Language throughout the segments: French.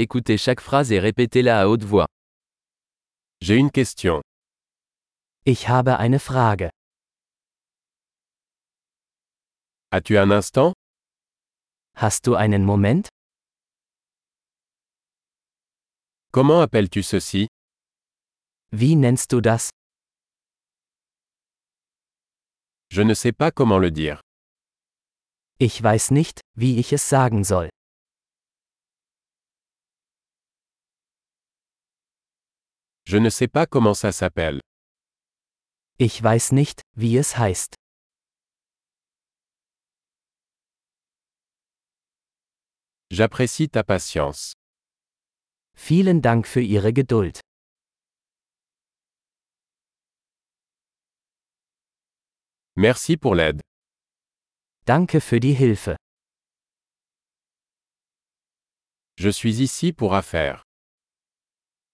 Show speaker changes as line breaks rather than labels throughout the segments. Écoutez chaque phrase et répétez-la à haute voix.
J'ai une question.
Ich habe eine Frage.
As-tu un instant
Hast du einen Moment?
Comment appelles-tu ceci
Wie nennst du das?
Je ne sais pas comment le dire.
Ich weiß nicht, wie ich es sagen soll.
Je ne sais pas comment ça s'appelle.
Ich weiß nicht, wie es heißt.
J'apprécie ta patience.
Vielen Dank für Ihre Geduld.
Merci pour l'aide.
Danke für die Hilfe.
Je suis ici pour affaires.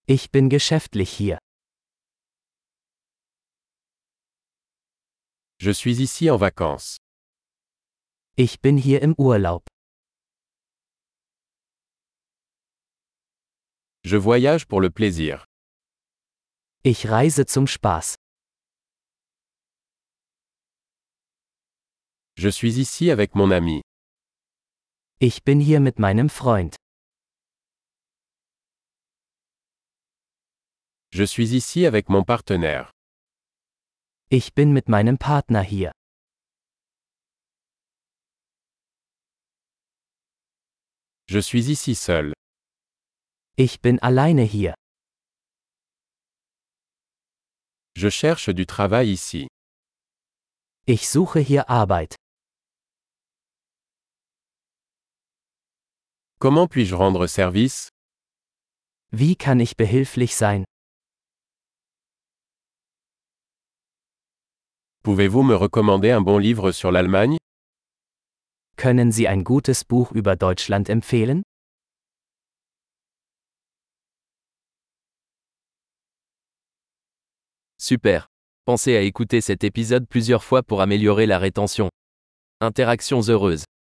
Ich bin geschäftlich hier.
Je suis ici en vacances.
Ich bin hier im Urlaub.
Je voyage pour le plaisir.
Ich reise zum Spaß.
Je suis ici avec mon ami.
Ich bin hier mit meinem Freund.
Je suis ici avec mon partenaire.
Ich bin mit meinem Partner hier.
Je suis ici seul.
Ich bin alleine hier.
Je cherche du travail ici.
Ich suche hier Arbeit.
Comment puis-je rendre service
Wie kann ich behilflich sein?
Pouvez-vous me recommander un bon livre sur l'Allemagne
Können Sie ein gutes Buch über Deutschland empfehlen?
Super. Pensez à écouter cet épisode plusieurs fois pour améliorer la rétention. Interactions heureuses.